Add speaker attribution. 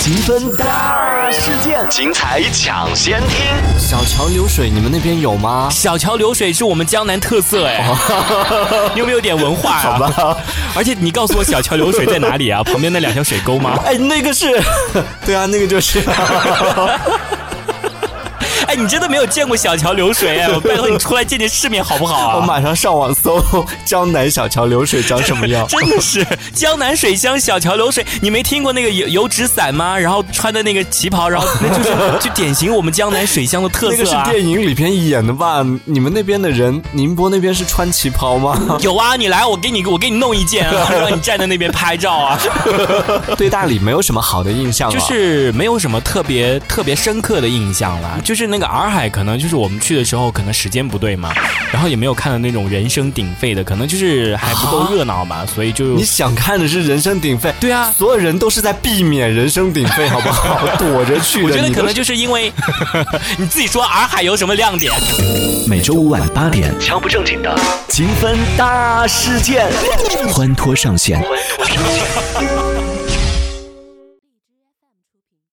Speaker 1: 积分大事件，
Speaker 2: 精彩抢先听，
Speaker 1: 小桥流水，你们那边有吗？
Speaker 3: 小桥流水是我们江南特色 哎，你有没有点文化啊？
Speaker 1: 吧，
Speaker 3: 而且你告诉我小桥流水在哪里啊？ 旁边那两条水沟吗？
Speaker 1: 哎，那个是， 对啊，那个 就是。
Speaker 3: 哎，你真的没有见过小桥流水 哎！我拜托你出来见见世面好 不好
Speaker 1: 我
Speaker 3: 啊？。
Speaker 1: 马上上网搜江南小桥流水长什么样
Speaker 3: 真的是江南水乡小桥流水，你没听过那个油油纸伞吗？然后穿的那个旗袍，然后 那就是就典型我们江南水乡的特
Speaker 1: 那个
Speaker 3: 色
Speaker 1: 是
Speaker 3: 啊。
Speaker 1: 电影里边演的吧？你们那边的人，宁波那边是穿旗袍吗？
Speaker 3: 有啊，你来，我给你，我给你弄一件啊，让你站在那边拍照啊。
Speaker 1: 对大理没有什么好的印象啊了。
Speaker 3: 就是没有什么特别特别深刻的印象啦，就是那个洱海，可能就是我们去的时候，可能时间不对嘛，然后也没有看到那种人声鼎沸的，可能就是还不够热闹嘛，所以就
Speaker 1: 你想看的是人声鼎沸，
Speaker 3: 对啊
Speaker 1: 所有人都是在避免人声鼎沸，好不 好？躲着去的。
Speaker 3: 我觉得
Speaker 1: 你
Speaker 3: 可
Speaker 1: 都
Speaker 3: 能就是 因为你自己说洱海有什么亮点，
Speaker 4: 每周五晚八点，
Speaker 2: 敲不正经的
Speaker 1: 评分大事件。
Speaker 4: 欢脱上线。
Speaker 2: 欢脱上线。